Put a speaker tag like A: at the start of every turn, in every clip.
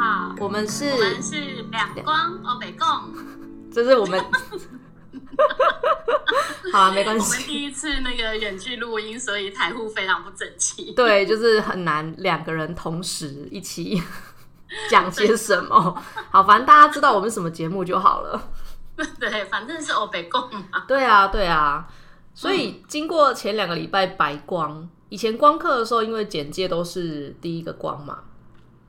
A: 好，
B: 我们是
A: 我，们是两光哦北贡，
B: 这是 我们。好啊，没关
A: 我们
B: 系。
A: 第一次那个远距录音，所以台户非常不整齐。
B: 对，就是很难两个人同时一起 讲些什么。好，反正大家知道我们是什么节目就好了。
A: 对，反正是欧北贡嘛。
B: 对啊，对啊。所以经过前两个礼拜白光，以前光课的时候，因为简介都是第一个光嘛，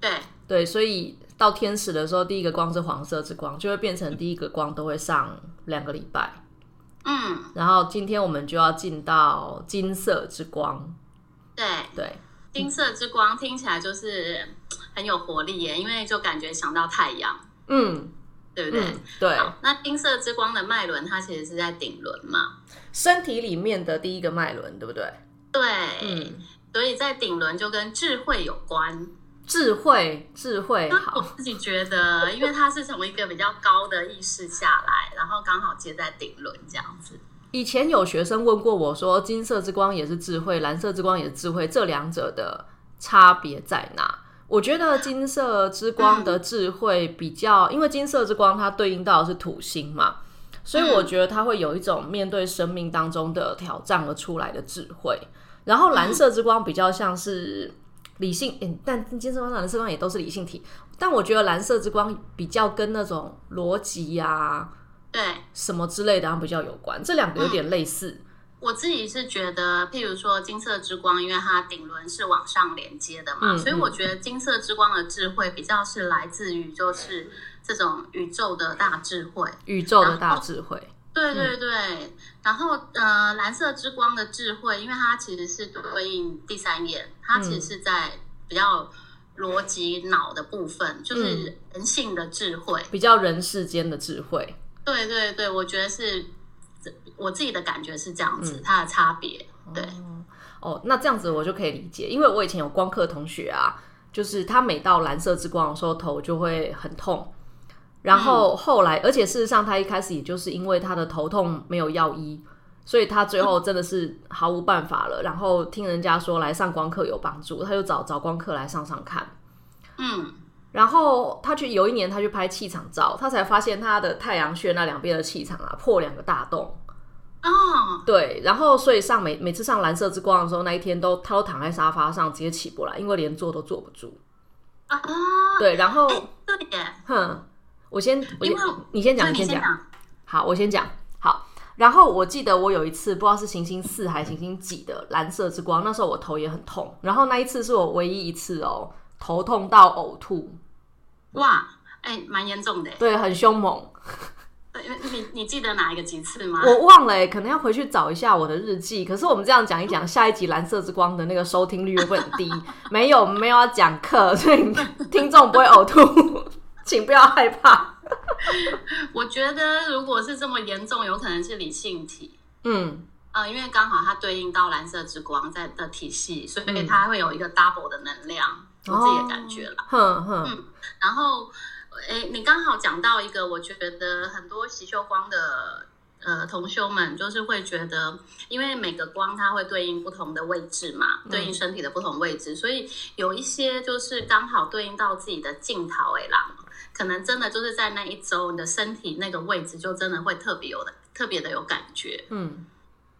A: 对，
B: 对，所以到天使的时候，第一个光是黄色之光，就会变成第一个光都会上两个礼拜。
A: 嗯，
B: 然后今天我们就要进到金色之光，
A: 对。
B: 对，
A: 金色之光听起来就是很有活力耶，因为就感觉想到太阳，
B: 嗯
A: 对不对？
B: 嗯，对，
A: 好，那金色之光的脉轮它其实是在顶轮嘛，
B: 身体里面的第一个脉轮，对不对？
A: 对，
B: 嗯，
A: 所以在顶轮就跟智慧有关。
B: 智慧，智慧，
A: 那
B: 好，
A: 我自己觉得，因为它是从一个比较高的意识下来，然后刚好接在顶轮这样子。
B: 以前有学生问过我说，金色之光也是智慧，蓝色之光也是智慧，这两者的差别在哪？我觉得金色之光的智慧比较，因为金色之光它对应到的是土星嘛，所以我觉得它会有一种面对生命当中的挑战而出来的智慧。然后蓝色之光比较像是理性，诶但金色光、蓝色光也都是理性体，但我觉得蓝色之光比较跟那种逻辑啊呀、
A: 对
B: 什么之类的，然后比较有关。这两个有点类似，
A: 我自己是觉得，譬如说金色之光，因为它顶轮是往上连接的嘛，
B: 嗯
A: 所以我觉得金色之光的智慧比较是来自于就是这种宇宙的大智慧。
B: 宇宙的大智慧。
A: 对对对，然后呃，蓝色之光的智慧，因为它其实是对应第三
B: 嗯
A: 眼，它其实是在比较逻辑脑的部分，
B: 嗯
A: 就是人性的智慧。
B: 比较人世间的智慧，
A: 对对对，我觉得是我自己的感觉是这样子，它的差别。对，
B: 嗯哦，那这样子我就可以理解，因为我以前有光课同学啊，就是他每到蓝色之光的时候，头就会很痛，然后后来，而且事实上他一开始也就是因为他的头痛没有药医，所以他最后真的是毫无办法了。然后听人家说来上光课有帮助，他就找找光课来上上看。
A: 嗯，
B: 然后他去有一年，他去拍气场照，他才发现他的太阳穴那两边的气场啊破两个大洞，
A: 哦，
B: 对，然后所以上每每次上蓝色之光的时候，那一天都他都躺在沙发上直接起不来，因为连坐都坐不住。
A: 啊，
B: 对，然 后
A: 对耶，
B: 哼，我先我先
A: 因为
B: 你先
A: 所
B: 讲，
A: 以
B: 你
A: 你
B: 先
A: 先
B: 讲，
A: 讲，
B: 好，我先讲好。然后我记得我有一次不知道是行星四还是行星几的蓝色之光，那时候我头也很痛，然后那一次是我唯一一次哦，头痛到呕吐，
A: 哇，哎，蛮严重的耶。
B: 对，很凶猛。
A: 对你你记得哪一个几次吗？
B: 我忘了、欸，可能要回去找一下我的日记。可是我们这样讲一讲，下一集《蓝色之光》的那个收听率会不会很低？没有，我们没有要讲课，所以听众不会呕吐， 请不要害怕。
A: 我觉得如果是这么严重，有可能是理性体。
B: 嗯，
A: 呃，因为刚好它对应到蓝色之光在的体系，所以它会有一个 double 的能量，我自己的感觉啦。
B: 哼哼，
A: 然后，诶，你刚好讲到一个，我觉得很多习修光的呃同修们，就是会觉得，因为每个光它会对应不同的位置嘛，对应身体的不同位置，所以有一些就是刚好对应到自己的镜头诶啦，可能真的就是在那一周，你的身体那个位置就真的会特别有的特别的有感觉。
B: 嗯，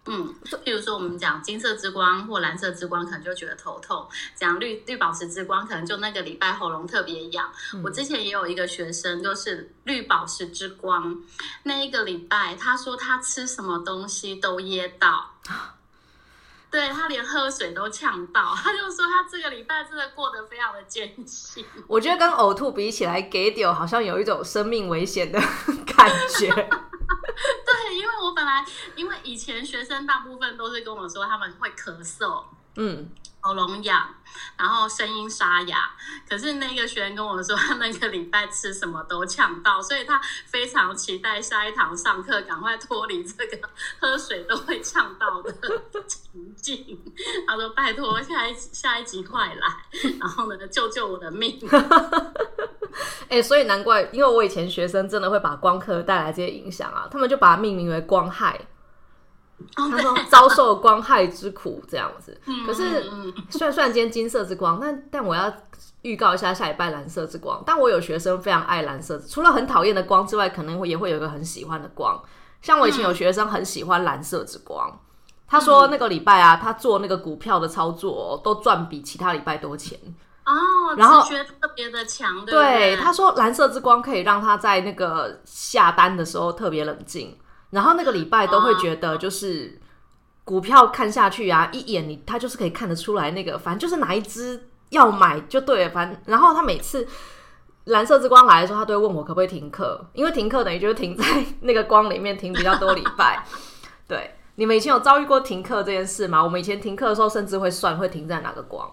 A: 嗯，比如说我们讲金色之光或蓝色之光，可能就觉得头痛；讲绿绿宝石之光，可能就那个礼拜喉咙特别痒。我之前也有一个学生，就是绿宝石之光那一个礼拜，他说他吃什么东西都噎到，对他连喝水都呛到，他就说他这个礼拜真的过得非常的艰辛。
B: 我觉得跟呕吐比起来，给丢好像有一种生命危险的感觉。
A: 对，因为我本来因为以前学生大部分都是跟我说他们会咳嗽。
B: 嗯，
A: 喉咙痒，然后声音沙哑。可是那个学员跟我说，他那个礼拜吃什么都呛到，所以他非常期待下一堂上课赶快脱离这个喝水都会呛到的 情境。他说：“拜托，下一集下一集快来，然后呢救救我的命。
B: 哎、所以难怪，因为我以前学生真的会把光科带来这些影响啊，他们就把它命名为光害。”他说遭受光害之苦这样子。
A: 嗯
B: 可是
A: 嗯嗯
B: 虽然虽然今天金色之光，但但我要预告一下下礼拜蓝色之光。但我有学生非常爱蓝色，除了很讨厌的光之外，可能会也会有一个很喜欢的光。像我以前有学生很喜欢蓝色之光，他说那个礼拜啊，他做那个股票的操作、哦、都赚比其他礼拜多钱。
A: 哦，
B: 然后
A: 直觉特别的强，对不
B: 对，
A: 对？
B: 他说蓝色之光可以让他在那个下单的时候特别冷静，然后那个礼拜都会觉
A: 嗯
B: 得就是股票看下去啊，一眼你他就是可以看得出来那个，反正就是哪一只要买就对了，反正然后他每次。蓝色之光来的时候，他都会问我可不可以停课，因为停课等于就是停在那个光里面停比较多礼 拜。对，你们以前有遭遇过停课这件事吗？我们以前停课的时候，甚至会算会停在哪个光，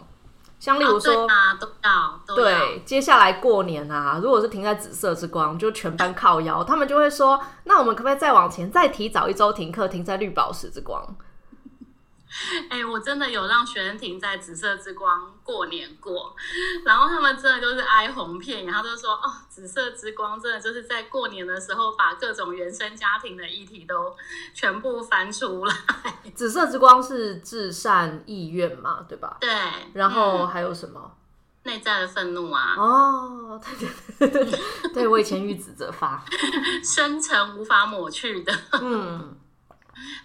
B: 像例如
A: 哦
B: 说，
A: 对啊，都要都要，
B: 对，接下来过年啊，如果是停在紫色之光，就全班靠腰，他们就会说，那我们可不可以再往前，再提早一周停课，停在绿宝石之光？
A: 哎、我真的有让学生停在紫色之光过年过，然后他们真的就是哀鸿遍野，他就说哦，紫色之光真的就是在过年的时候把各种原生家庭的议题都全部翻出来，
B: 紫色之光是至善意愿嘛，对吧？
A: 对，
B: 然后
A: 嗯
B: 还有什么？
A: 内在的愤怒啊，
B: 哦，对对对，对我以前遇子则发，
A: 深层无法抹去的，
B: 嗯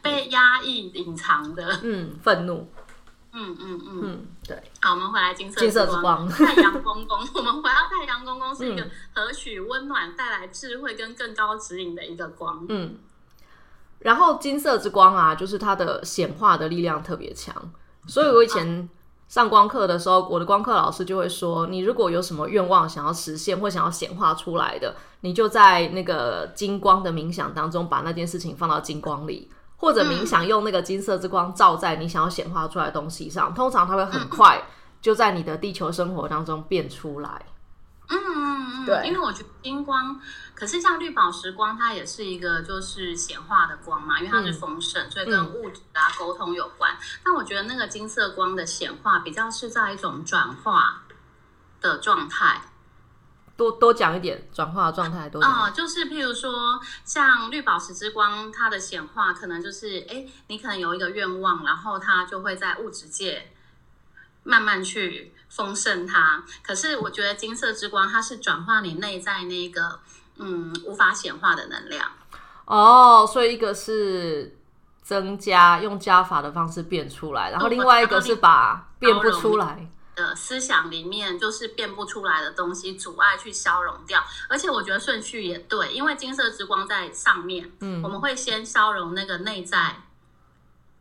A: 被压抑隐藏的，
B: 嗯，愤怒，
A: 嗯嗯嗯。
B: 嗯，对，
A: 好，我们回来金色
B: 金色之
A: 之
B: 光
A: 太阳公公。 我们回到太阳公公是一个
B: 嗯
A: 何许温暖、带来智慧跟更高指引的一个光。
B: 嗯。然后金色之光啊，就是它的显化的力量特别强，所以我以前上光课的时候，我的光课老师就会说，你如果有什么愿望想要实现或想要显化出来的，你就在那个金光的冥想当中把那件事情放到金光里，或者冥想用那个金色之光照在你想要显化出来的东西上，通常它会很快就在你的地球生活当中变出来。
A: 嗯嗯嗯，
B: 对
A: 因为我觉得金光，可是像绿宝石光，它也是一个就是显化的光嘛，因为它是丰盛，所以跟物质啊沟通有关。但我觉得那个金色光的显化比较是在一种转化的状态。
B: 多多讲一点转化的状态，多讲一点
A: 哦，就是譬如说，像绿宝石之光，它的显化可能就是，哎，你可能有一个愿望，然后它就会在物质界慢慢去丰盛它。可是我觉得金色之光，它是转化你内在那个嗯无法显化的能量。
B: 哦，所以一个是增加用加法的方式变出来，然后另外一个是把变不出来。
A: 的思想里面，就是变不出来的东西，阻碍去消融掉。而且我觉得顺序也对，因为金色之光在上面，
B: 嗯
A: 我们会先消融那个内在，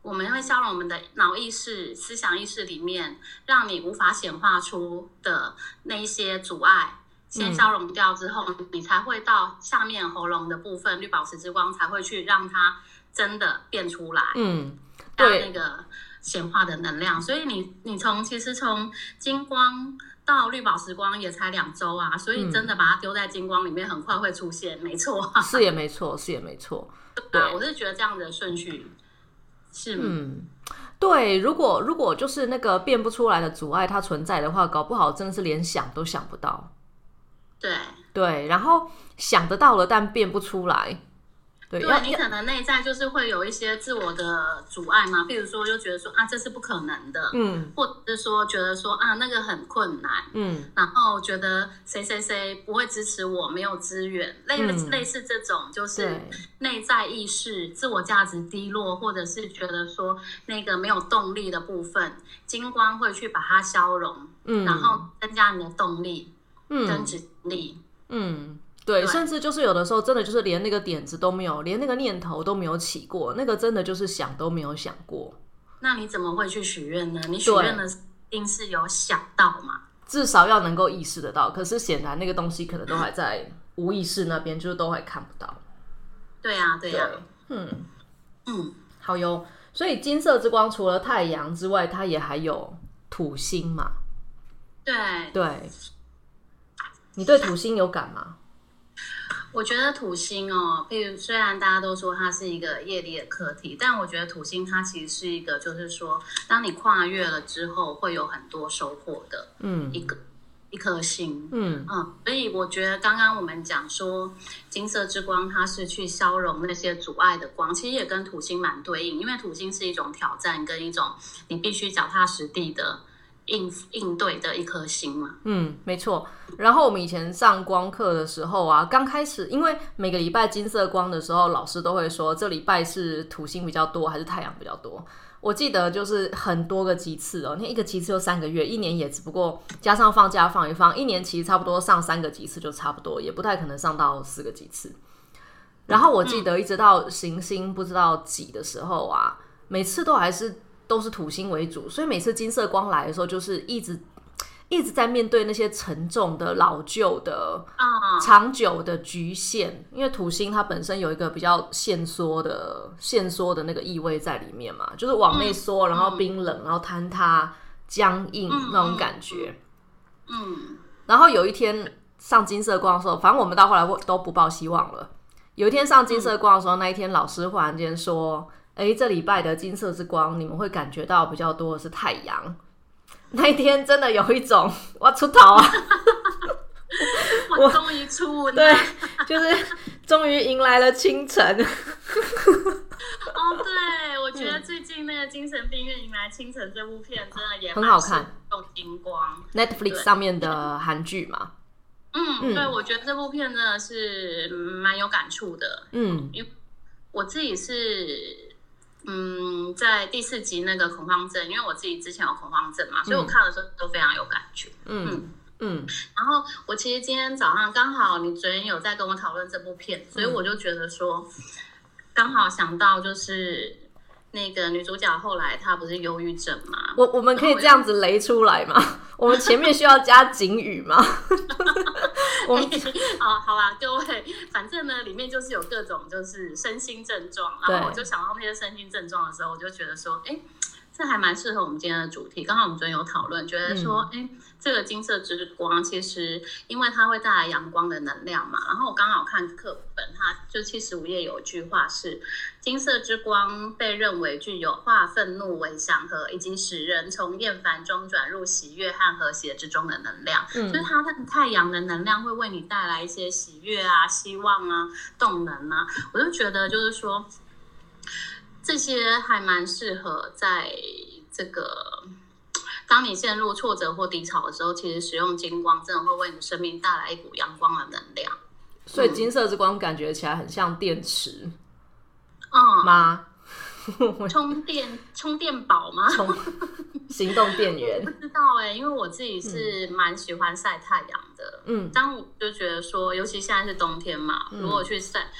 A: 我们会消融我们的脑意识、思想意识里面，让你无法显化出的那一些阻碍。先
B: 嗯
A: 消融掉之后，你才会到下面喉咙的部分，绿宝石之光才会去让它真的变出来。
B: 嗯，
A: 到
B: 对
A: 那个显化的能量。所以你你从其实从金光到绿宝石光也才两周啊，所以真
B: 嗯
A: 的把它丢在金光里面，很快会出现，没错、 啊。
B: 是也没错，是也没错。对
A: 我是觉得这样的顺序是。
B: 嗯，对，如果如果就是那个变不出来的阻碍它存在的话，搞不好真的是连想都想不到。
A: 对，
B: 对，然后想得到了，但变不出来。对，要
A: 对你
B: 要
A: 可能内在就是会有一些自我的阻碍嘛，譬如说就觉得说啊这是不可能的，
B: 嗯
A: 或者是说觉得说啊那个很困难，
B: 嗯
A: 然后觉得谁谁谁不会支持我，没有资源，类、
B: 嗯
A: 类似这种就是
B: 对
A: 内在意识、自我价值低落，或者是觉得说那个没有动力的部分，金光会去把它消融，
B: 嗯，
A: 然后增加你的动力跟
B: 嗯
A: 执行力。
B: 嗯，对，
A: 对
B: 甚至就是有的时候真的就是连那个点子都没有，连那个念头都没有起过，那个真的就是想都没有想过。
A: 那你怎么会去许愿呢？你许愿的时候一定是有想到嘛？
B: 至少要能够意识得到，可是显然那个东西可能都还在无意识那边，就是都还看不到。
A: 对呀、对啊呀、
B: 嗯，
A: 嗯，
B: 好哟。所以金色之光除了太阳之外，它也还有土星嘛？
A: 对，
B: 对，你对土星有感吗？
A: 我觉得土星哦，譬如虽然大家都说它是一个业力的课题，但我觉得土星它其实是一个，就是说，当你跨越了之后，会有很多收获的
B: 嗯
A: 一个一颗心。
B: 嗯
A: 嗯，所以我觉得刚刚我们讲说金色之光，它是去消融那些阻碍的光，其实也跟土星蛮对应，因为土星是一种挑战跟一种你必须脚踏实地的应应对的一颗心嘛。
B: 嗯，没错。然后我们以前上光课的时候啊，刚开始因为每个礼拜金色光的时候，老师都会说这礼拜是土星比较多还是太阳比较多。我记得就是很多个几次哦，那一个几次就三个月，一年也只不过加上放假放一放，一年其实差不多上三个几次就差不多，也不太可能上到四个几次。然后我记得一直到行星不知道几的时候啊，每次都还是都是土星为主，所以每次金色光来的时候，就是一直一直在面对那些沉重的、老旧的、
A: 啊、
B: 长久的局限，因为土星它本身有一个比较限缩的、限缩的那个意味在里面嘛，就是往内缩，然后冰冷，然后坍塌、僵硬
A: 嗯
B: 那种感觉。
A: 嗯，
B: 然后有一天上金色光的时候，反正我们到后来我都不抱希望了。有一天上金色光的时候，那一天老师忽然间说：“哎，这礼拜的金色之光，你们会感觉到比较多的是太阳。”那一天真的有一种我出头啊！
A: 我终于 出文了
B: 对，就是终于迎来了清晨。
A: 哦，对，我觉
B: 嗯
A: 得最近那个《精神病院迎来清晨》这部片真的也
B: 很
A: 蛮
B: 好看
A: 受动金光。
B: Netflix 上面的韩剧嘛，
A: 嗯，
B: 嗯
A: 对，我觉得这部片真的是嗯蛮有感触的。
B: 嗯
A: 我自己是，嗯，在第四集那个恐慌症，因为我自己之前有恐慌症嘛，所以我看的时候都非常有感觉。
B: 嗯嗯
A: 然后我其实今天早上刚好你昨天有在跟我讨论这部片，所以
B: 嗯
A: 我就觉得说，刚好想到就是那个女主角后来她不是忧郁症嘛，
B: 我我们可以这样子雷出来吗？我们前面需要加警语吗？ 我们
A: 哦，好啦，各位，反正呢，里面就是有各种就是身心症状，然后我
B: 对
A: 就想到那些身心症状的时候，我就觉得说，哎，这还蛮适合我们今天的主题。刚好我们昨天有讨论，觉得说，
B: 嗯
A: 哎、这个金色之光其实因为它会带来阳光的能量嘛，然后我刚好看课本，它就七十五页有一句话是，金色之光被认为具有化愤怒为祥和，以及使人从厌烦中转入喜悦和和谐之中的能量。就是
B: 嗯
A: 它那个太阳的能量会为你带来一些喜悦啊、希望啊、动能啊。我就觉得就是说，这些还蛮适合在这个。当你陷入挫折或低潮的时候，其实使用金光真的会为你生命带来一股阳光的能量。
B: 所以金色之光感觉起来很像电池
A: 嗯，
B: 吗？
A: 充电充电宝吗？
B: 充行动电源，
A: 不知道哎、因为我自己是蛮喜欢晒太阳的。
B: 嗯
A: 当我就觉得说，尤其现在是冬天嘛，
B: 嗯
A: 如果去晒，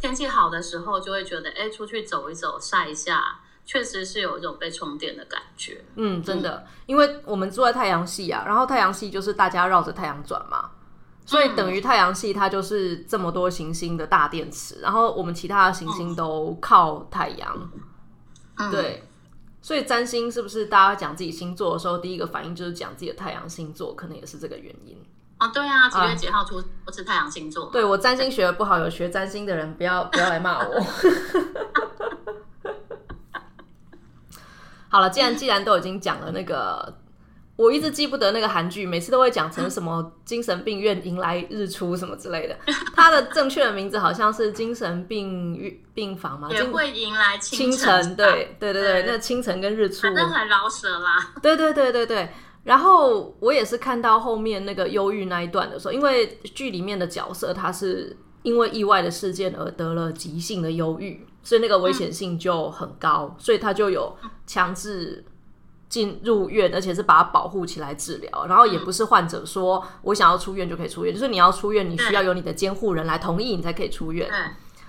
A: 天气好的时候，就会觉得，哎，出去走一走，晒一下，确实是有一种被充电的感觉。
B: 嗯，真的，因为我们住在太阳系啊，然后太阳系就是大家绕着太阳转嘛。所以等于太阳系它就是这么多行星的大电池，然后我们其他的行星都靠太阳，
A: 嗯，
B: 对，所以占星是不是大家讲自己星座的时候，第一个反应就是讲自己的太阳星座，可能也是这个原因。
A: 哦，对啊，几月几号出不是太阳星座嘛？
B: 对我占星学的不好，有学占星的人不要不要来骂我。 好了，既然既然都已经讲了那个，我一直记不得那个韩剧，每次都会讲成什么精神病院迎来日出什么之 类的。它的正确的名字好像是精神病院病房嘛，
A: 也
B: 精
A: 会迎来清
B: 清晨，
A: 吧，
B: 对嗯对对对，那清晨跟日出，
A: 反正很饶舌啦。
B: 对对对对对。然后我也是看到后面那个忧郁那一段的时候，因为剧里面的角色他是因为意外的事件而得了急性的忧郁，所以那个危险性就很高，所以他就有强制进入院，而且是把他保护起来治疗。然后也不是患者说我想要出院就可以出院，就是你要出院，你需要有你的监护人来同意，你才可以出院
A: 对。，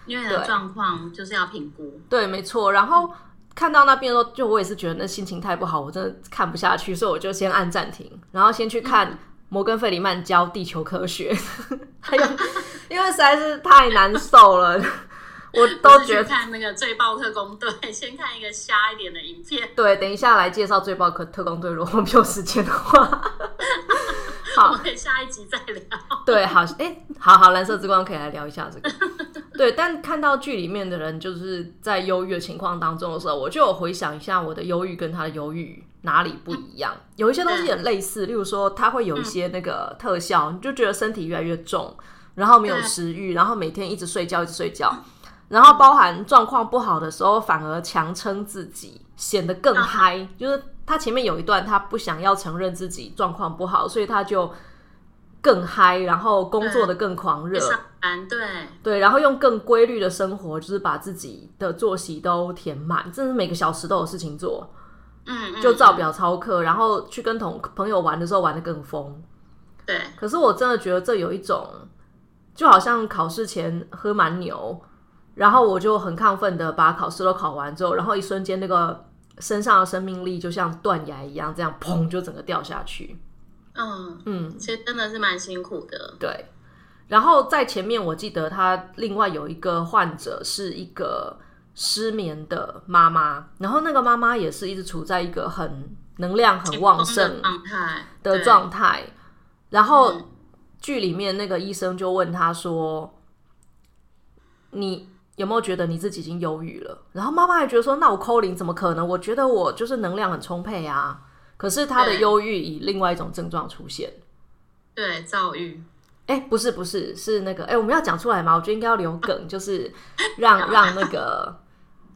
A: 因为你的
B: 对
A: 状况就是要评估。
B: 对，没错。然后看到那边的时候，就我也是觉得那心情太不好，我真的看不下去，所以我就先按暂停，然后先去看摩根费里曼教地球科学， 还有因为实在是太难受了，我都
A: 就是
B: 觉得。
A: 去 看那个《最爆特工队》，先看一个瞎一点的影片。
B: 对，等一下来介绍最爆特特工队，如果我们有时间的话。好啊
A: 我们下一集再聊。
B: 对，好，哎、好好，蓝色之光可以来聊一下这个。对，但看到剧里面的人就是在忧郁的情况当中的时候，我就有回想一下我的忧郁跟他的忧郁，哪里不一样。有一些东西很类似，例如说它会有一些那个特效，你就觉得身体越来越重，然后没有
A: 对
B: 食欲，然后每天一直睡觉，一直睡觉，然后包含状况不好的时候，反而强撑自己，显得更
A: 嗯
B: 嗨。就是他前面有一段他不想要承认自己状况不好，所以他就更嗨，然后工作的更狂热
A: 去。上班，对，
B: 对，然后用更规律的生活，就是把自己的作息都填满，真的是每个小时都有事情做，
A: 嗯，嗯
B: 就照，表操课，然后去跟同朋友玩的时候玩的更疯。
A: 对，
B: 可是我真的觉得这有一种，就好像考试前喝蛮牛，然后我就很亢奋的把考试都考完之后，然后一瞬间那个身上的生命力就像断崖一样，这样砰就整个掉下去。
A: 嗯，
B: 嗯，
A: 其实真的是蛮辛苦的，
B: 对，然后在前面我记得他另外有一个患者是一个失眠的妈妈，然后那个妈妈也是一直处在一个很能量很旺盛
A: 紧绷的状态
B: 的
A: 对
B: 状态。然后
A: 嗯
B: 剧里面那个医生就问他说：“你有没有觉得你自己已经忧郁了？”然后妈妈还觉得说：“那我扣零怎么可能？我觉得我就是能量很充沛啊。”可是他的
A: 对
B: 忧郁以另外一种症状出现。
A: 对，躁郁，
B: 哎、不是不是，是那个哎、我们要讲出来吗？我觉得应该要留 梗，就是让让那个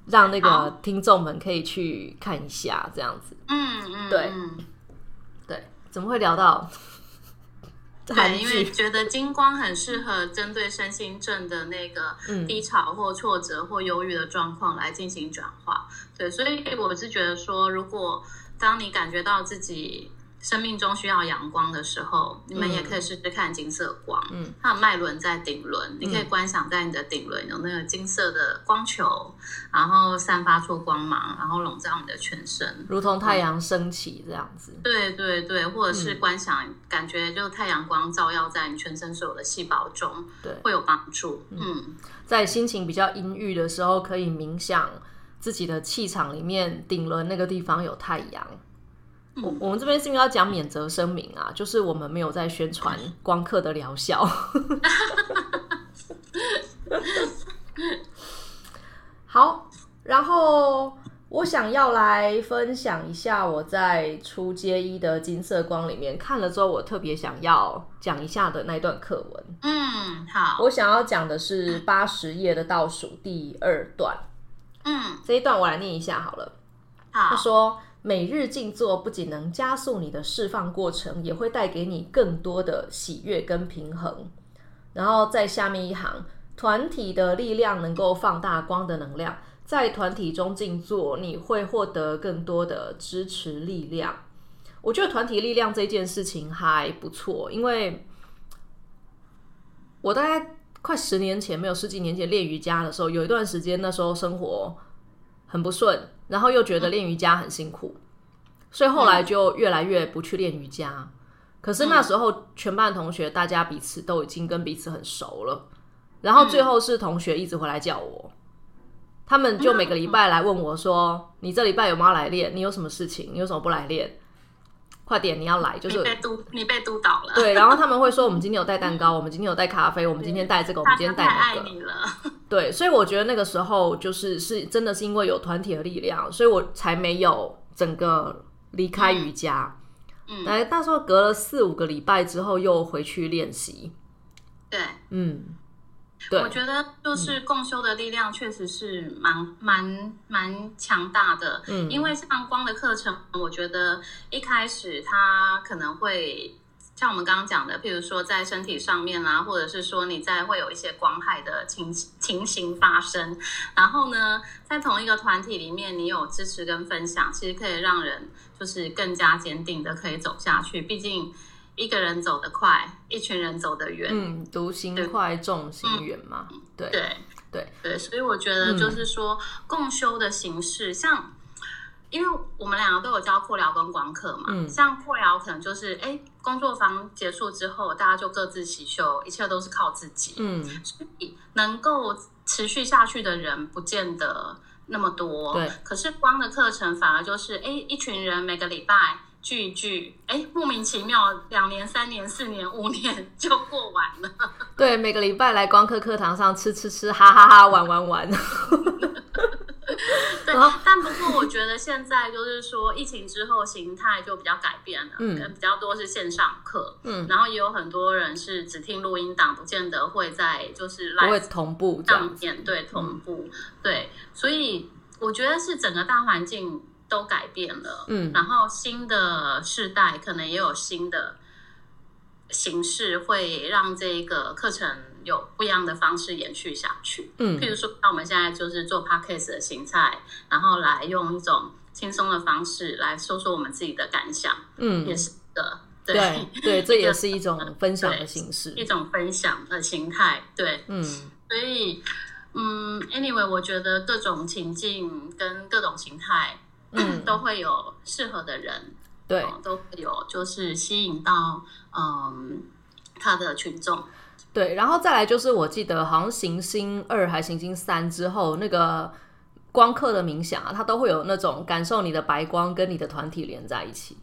B: 让那
A: 好
B: 个听众们可以去看一下，这样子。
A: 嗯嗯，
B: 对
A: 嗯
B: 对，怎么会聊到韩
A: 对，因为
B: 剧？
A: 觉得金光很适合针对身心症的那个
B: 嗯
A: 低潮或挫折或忧郁的状况来进行转化。对，所以我是觉得说，如果当你感觉到自己生命中需要阳光的时候，你们也可以试试看金色光。
B: 嗯，
A: 它的脉轮在顶轮，你可以观想在你的顶轮有那个金色的光球，然后散发出光芒，然后笼罩你的全身。
B: 如同太阳升起这样子。
A: 对对对，或者
B: 嗯
A: 是观想，感觉就太阳光照耀在你全身所有的细胞中，
B: 对
A: 会有帮助。嗯，
B: 在心情比较阴郁的时候，可以冥想自己的气场里面顶轮那个地方有太阳。我我们这边是因为要讲免责声明啊，就是我们没有在宣传光刻的疗效。 好，然后我想要来分享一下我在初阶一的金色光里面看了之后，我特别想要讲一下的那段课文。
A: 嗯，好，
B: 我想要讲的是八十页的倒数第二段，
A: 嗯，
B: 这一段我来念一下好了。他
A: 好，
B: 说，每日静坐不仅能加速你的释放过程，也会带给你更多的喜悦跟平衡。然后在下面一行，团体的力量能够放大光的能量，在团体中静坐，你会获得更多的支持力量。我觉得团体力量这件事情还不错，因为我大概快十年前，没有十几年前练瑜伽的时候，有一段时间那时候生活很不顺，然后又觉得练瑜伽很辛苦，所以后来就越来越不去练瑜伽。可是那时候全班同学大家彼此都已经跟彼此很熟了，然后最后是同学一直回来叫我，他们就每个礼拜来问我说：“你这礼拜有没有要来练？你有什么事情？你为什么不来练？快点，你要来！”就
A: 你
B: 是
A: 被督，你被督导 了，
B: 对，然后他们会说我们今天有带蛋糕，我们今天有带咖啡，我们今天带这个，我们
A: 大
B: 今
A: 家
B: 天
A: 太
B: 带那
A: 爱
B: 个。
A: 你了。
B: 对，所以我觉得那个时候就是是真的是因为有团体的力量，所以我才没有整个离开瑜伽。
A: 嗯
B: 来，那时候隔了四五个礼拜之后又回去练习。
A: 对，
B: 嗯，对嗯
A: 我，觉得就是共修的力量确实是蛮蛮蛮强大的，
B: 嗯
A: 因为像光的课程，我觉得一开始它可能会。像我们刚刚讲的，譬如说在身体上面啦、或者是说你在会有一些光害的情情形发生，然后呢，在同一个团体里面，你有支持跟分享，其实可以让人就是更加坚定的可以走下去。毕竟一个人走得快，一群人走得远，
B: 嗯，独行快，众行远嘛。对，
A: 嗯对
B: 对嗯
A: 对，所以我觉得就是说，共修的形式，像因为我们两个都有教扩疗跟光课嘛，
B: 嗯
A: 像扩疗可能就是哎，诶工作坊结束之后，大家就各自洗修，一切都是靠自己，
B: 嗯，
A: 所以能够持续下去的人不见得那么多。
B: 对，
A: 可是光的课程反而就是，哎，一群人每个礼拜聚一聚，哎，莫名其妙，两年、三年、四年、五年 就过完了。
B: 对，每个礼拜来光课课堂上吃吃吃，哈哈哈，玩玩玩。
A: 对，但不过我觉得现在就是说，疫情之后形态就比较改变了，
B: 嗯
A: 跟比较多是线上课，
B: 嗯
A: 然后也有很多人是只听录音档，不见得会在就是
B: 不会嗯
A: live
B: 同步这
A: 上
B: 样子。
A: 面对同步，对，所以我觉得是整个大环境都改变了，
B: 嗯
A: 然后新的世代可能也有新的形式，会让这个课程有不一样的方式延续下去。
B: 嗯
A: 譬如说，那我们现在就是做 podcast 的形态，然后来用一种轻松的方式来说说我们自己的感想，也
B: 嗯，
A: 是一个
B: 对
A: 对
B: 对，这也是一种分享的形
A: 一
B: 式。
A: 种分享的形态，对，
B: 嗯
A: 所以。嗯，anyway，我觉得各种情境跟各种形态、
B: 嗯，
A: 都会有适合的人，
B: 对。
A: 哦都会有就是吸引到嗯他的群众。
B: 对，然后再来就是我记得好像行星二还行星三之后，那个光刻的冥想啊，它都会有那种感受你的白光跟你的团体连在一起，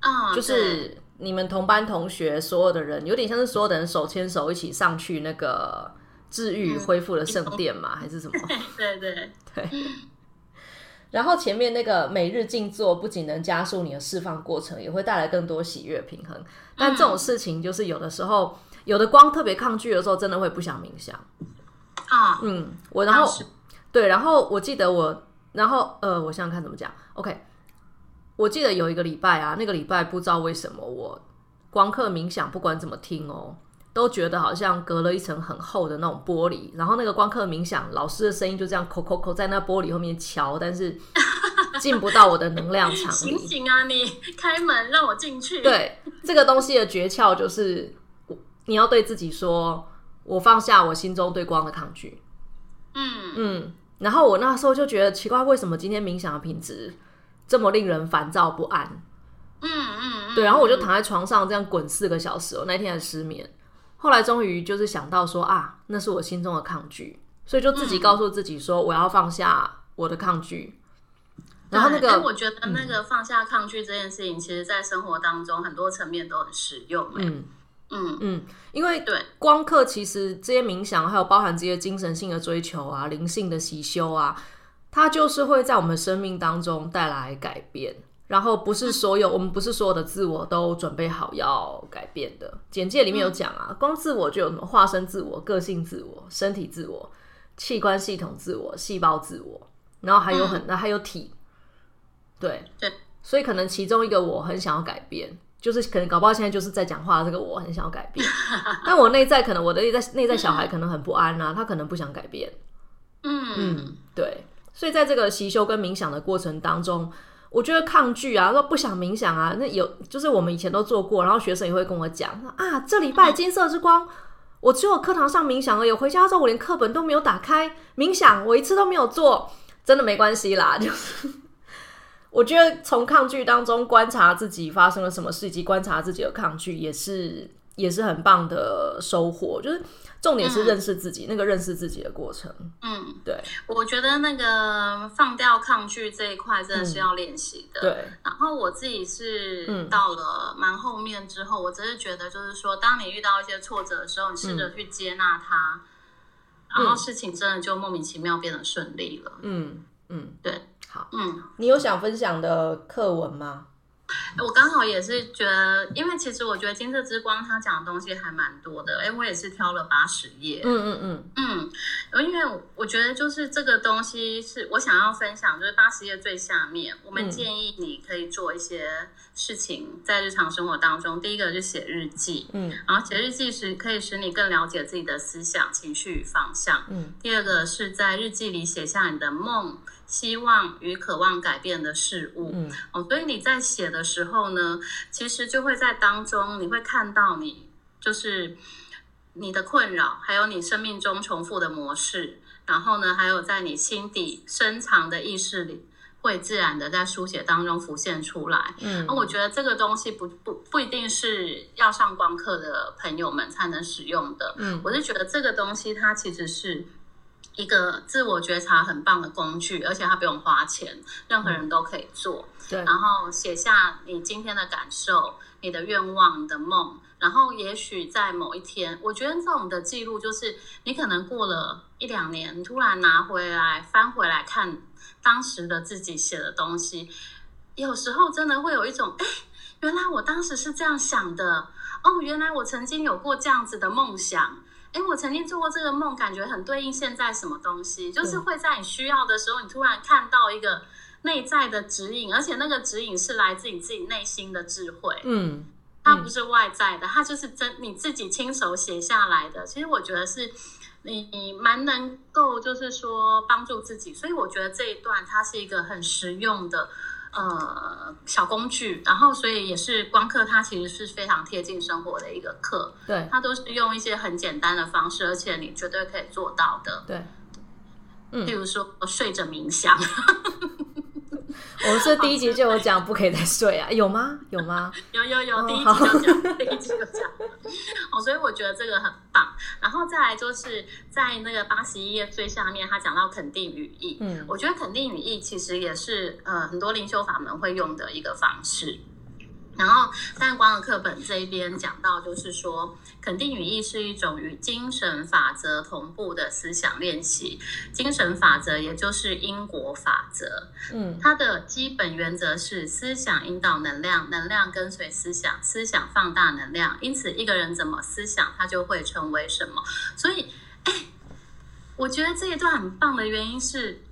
A: 啊，
B: 就
A: 对
B: 是你们同班同学所有的人，有点像是所有的人手牵手一起上去那个治愈
A: 嗯
B: 恢复的圣殿嘛，还是什么？
A: 对对，
B: 然后前面那个每日静坐不仅能加速你的释放过程，也会带来更多喜悦平衡。但这种事情就是有的时候，有的光特别抗拒的时候，真的会不想冥想。
A: 啊，
B: 嗯，我然后
A: 当时
B: 对，然后我记得我，然后呃，我想想看怎么讲。OK，我记得有一个礼拜啊，那个礼拜不知道为什么我光刻冥想，不管怎么听哦，都觉得好像隔了一层很厚的那种玻璃，然后那个光刻冥想老师的声音就这样扣扣扣在那玻璃后面敲，但是进不到我的能量场
A: 醒
B: 里。
A: 醒啊，你开门让我进去。，
B: 对这个东西的诀窍就是，我你要对自己说，我放下我心中对光的抗拒。
A: 嗯，
B: 嗯，然后我那时候就觉得奇怪，为什么今天冥想的品质这么令人烦躁不安？
A: 嗯嗯嗯，
B: 对，然后我就躺在床上这样滚四个小时，我那天还失眠。后来终于就是想到说啊，那是我心中的抗拒，所以就自己告诉自己说，我要放下我的抗拒。然后那
A: 对哎
B: 个，嗯
A: 我觉得那个放下抗拒这件事情，其实在生活当中很多层面都很实用。哎
B: 嗯
A: 嗯，
B: 嗯，因为
A: 对，
B: 光课其实这些冥想，还有包含这些精神性的追求啊、灵性的习修啊，它就是会在我们生命当中带来改变。然后不是所有，我们不是所有的自我都准备好要改变的。简介里面有讲
A: 嗯
B: 啊，光自我就有什么化身自我、个性自我、身体自我、器官系统自我、细胞自我，然后还有
A: 嗯
B: 很，那还有体，对
A: 对，
B: 所以可能其中一个我很想要改变，就是可能搞不好现在就是在讲话的这个我很想要改变，但我内在可能我的内在内在小孩可能很不安啊，他可能不想改变，
A: 嗯
B: 嗯，对，所以在这个习修跟冥想的过程当中，我觉得抗拒啊，说不想冥想啊，那有就是我们以前都做过，然后学生也会跟我讲啊，这礼拜金色之光。我只有课堂上冥想而已，回家之后我连课本都没有打开冥想，我一次都没有做， 真的没关系啦。就是我觉得从抗拒当中观察自己发生了什么事，以及观察自己的抗拒，也是也是很棒的收获。就是重点是认识自己，那个认识自己的过程。
A: 嗯，
B: 对
A: 我觉得那个放掉抗拒这一块真的是要练习的。
B: 嗯对，
A: 然后我自己是
B: 嗯
A: 到了蛮后面之后，我只是觉得就是说，当你遇到一些挫折的时候，你试
B: 嗯
A: 着去接纳它，然后事情真的就莫名其妙变得顺利了。
B: 嗯，嗯，
A: 对，
B: 好，
A: 嗯，
B: 你有想分享的课文吗？
A: 我刚好也是觉得，因为其实我觉得《金色之光》它讲的东西还蛮多的，哎，我也是挑了八十页，
B: 嗯嗯
A: 嗯，因为我觉得就是这个东西是我想要分享，就是八十页最下面，我们
B: 嗯
A: 建议你可以做一些事情，在日常生活当中，第一个是写日记，
B: 嗯
A: 然后写日记时可以使你更了解自己的思想、情绪与方向。
B: 嗯
A: 第二个是在日记里写下你的梦、希望与渴望改变的事物。
B: 嗯
A: 哦，所以你在写的时候呢，其实就会在当中，你会看到你就是你的困扰，还有你生命中重复的模式，然后呢，还有在你心底深藏的意识里，会自然的在书写当中浮现出来。
B: 嗯
A: 那、我觉得这个东西不不不一定是要上光课的朋友们才能使用的，
B: 嗯
A: 我是觉得这个东西它其实是一个自我觉察很棒的工具，而且它不用花钱，任何人都可以做。
B: 对
A: 然后写下你今天的感受、你的愿望、你的梦，然后也许在某一天，我觉得这种的记录就是你可能过了一两年，你突然拿回来翻回来看当时的自己写的东西，有时候真的会有一种哎。原来我当时是这样想的哦，原来我曾经有过这样子的梦想，诶，我曾经做过这个梦，感觉很对应现在什么东西，就是会在你需要的时候，你突然看到一个内在的指引，而且那个指引是来自你自己内心的智慧，
B: 嗯，
A: 它不是外在的，它就是真你自己亲手写下来的。其实我觉得是你蛮能够，就是说帮助自己，所以我觉得这一段它是一个很实用的。呃，小工具，然后所以也是光课，它其实是非常贴近生活的一个课，
B: 对
A: 它都是用一些很简单的方式，而且你绝对可以做到的，
B: 对，
A: 例如说睡着冥想，
B: 我们这第一集就有讲不可以再睡啊，有吗？有吗？
A: 有有有，
B: 哦
A: 第一集
B: 好
A: 就讲，第一集就讲 了。哦，所以我觉得这个很棒。然后再来就是在那个八十一页最下面，他讲到肯定语义。
B: 嗯
A: 我觉得肯定语义其实也是呃很多灵修法门会用的一个方式。然后，但光的课本这一边讲到，就是说，肯定语义是一种与精神法则同步的思想练习。精神法则也就是因果法则，
B: 嗯
A: 它的基本原则是思想引导能量，能量跟随思想，思想放大能量。因此，一个人怎么思想，他就会成为什么。所以，哎，我觉得这一段很棒的原因是，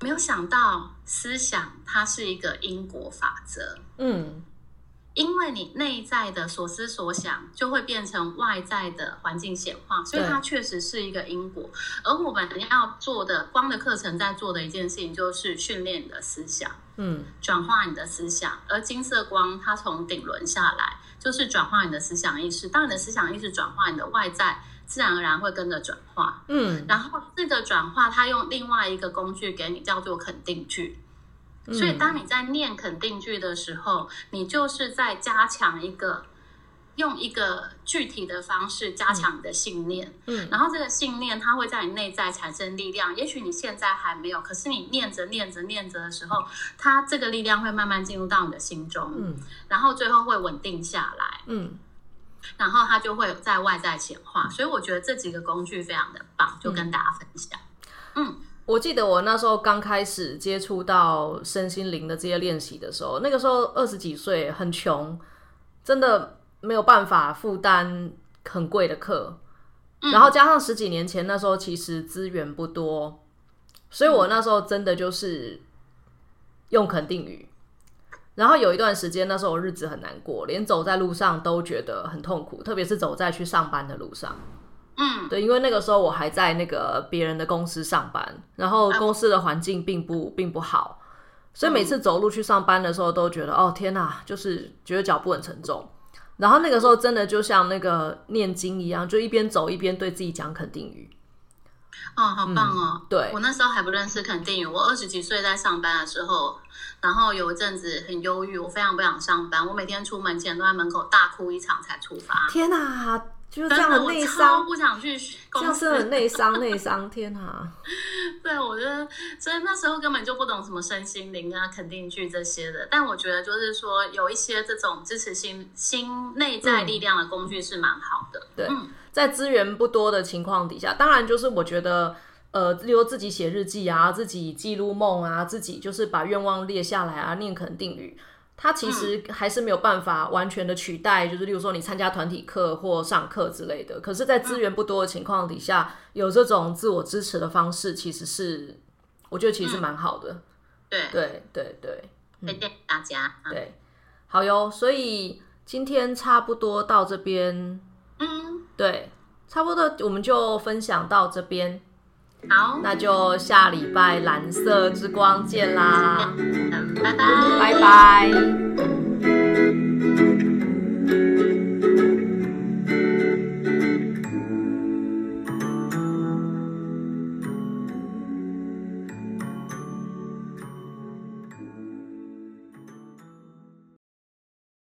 A: 没有想到思想它是一个因果法则，
B: 嗯，
A: 因为你内在的所思所想就会变成外在的环境显化，所以
B: 对
A: 它确实是一个因果。而我们要做的光的课程在做的一件事情，就是训练你的思想。
B: 嗯，
A: 转化你的思想，而金色光它从顶轮下来，就是转化你的思想意识。当你的思想意识转化，你的外在自然而然会跟着转化。
B: 嗯，
A: 然后这个转化，它用另外一个工具给你，叫做肯定句。所
B: 嗯
A: 以当你在念肯定句的时候，你就是在加强一个。用一个具体的方式加强你的信念，
B: 嗯
A: 然后这个信念它会在你内在产生力量。也许你现在还没有，可是你念着念着念着的时候，它这个力量会慢慢进入到你的心中，
B: 嗯
A: 然后最后会稳定下来，
B: 嗯，
A: 然后它就会在外在显化。所以我觉得这几个工具非常的棒，就
B: 嗯
A: 跟大家分享。嗯
B: 我记得我那时候刚开始接触到身心灵的这些练习的时候，那个时候二十几岁，很穷，真的没有办法负担很贵的课，
A: 嗯
B: 然后加上十几年前那时候其实资源不多，所以我那时候真的就是用肯定语。然后有一段时间，那时候我日子很难过，连走在路上都觉得很痛苦，特别是走在去上班的路上。
A: 嗯
B: 对，因为那个时候我还在那个别人的公司上班，然后
A: 嗯
B: 公司的环境并不并不好，所以每次走路去上班的时候都觉得，哦天哪，就是觉得脚步很沉重。然后那个时候真的就像那个念经一样，就一边走一边对自己讲肯定语。
A: 哦，好棒哦！
B: 嗯对
A: 我那时候还不认识肯定语，我二十几岁在上班的时候，然后有一阵子很忧郁，我非常不想上班，我每天出门前都在门口大哭一场才出发。
B: 天哪，就是这
A: 真
B: 样
A: 的，
B: 很
A: 我
B: 内
A: 超
B: 伤，
A: 不想去
B: 这
A: 公
B: 样
A: 司
B: 是很内伤，内伤，天哪！
A: 对，我觉得，所以那时候根本就不懂什么身心灵啊、肯定句这些的。但我觉得，就是说有一些这种支持心心内在
B: 嗯
A: 力量的工具是蛮好的。
B: 对
A: 嗯，
B: 在资源不多的情况底下，当然就是我觉得，呃，例如自己写日记啊，自己记录梦啊，自己就是把愿望列下来啊，念肯定语，它其实还是没有办法完全的取代，就是例如说你参加团体课或上课之类的。可是，在资源不多的情况底下，有这种自我支持的方式，其实是我觉得其实是蛮好的。
A: 对，
B: 对对对
A: 推荐给大家。
B: 对，好哟。所以今天差不多到这边。
A: 嗯，
B: 对，差不多我们就分享到这边，
A: 好，
B: 那就下礼拜蓝色之光见啦，
A: 嗯，拜拜，
B: 拜。拜。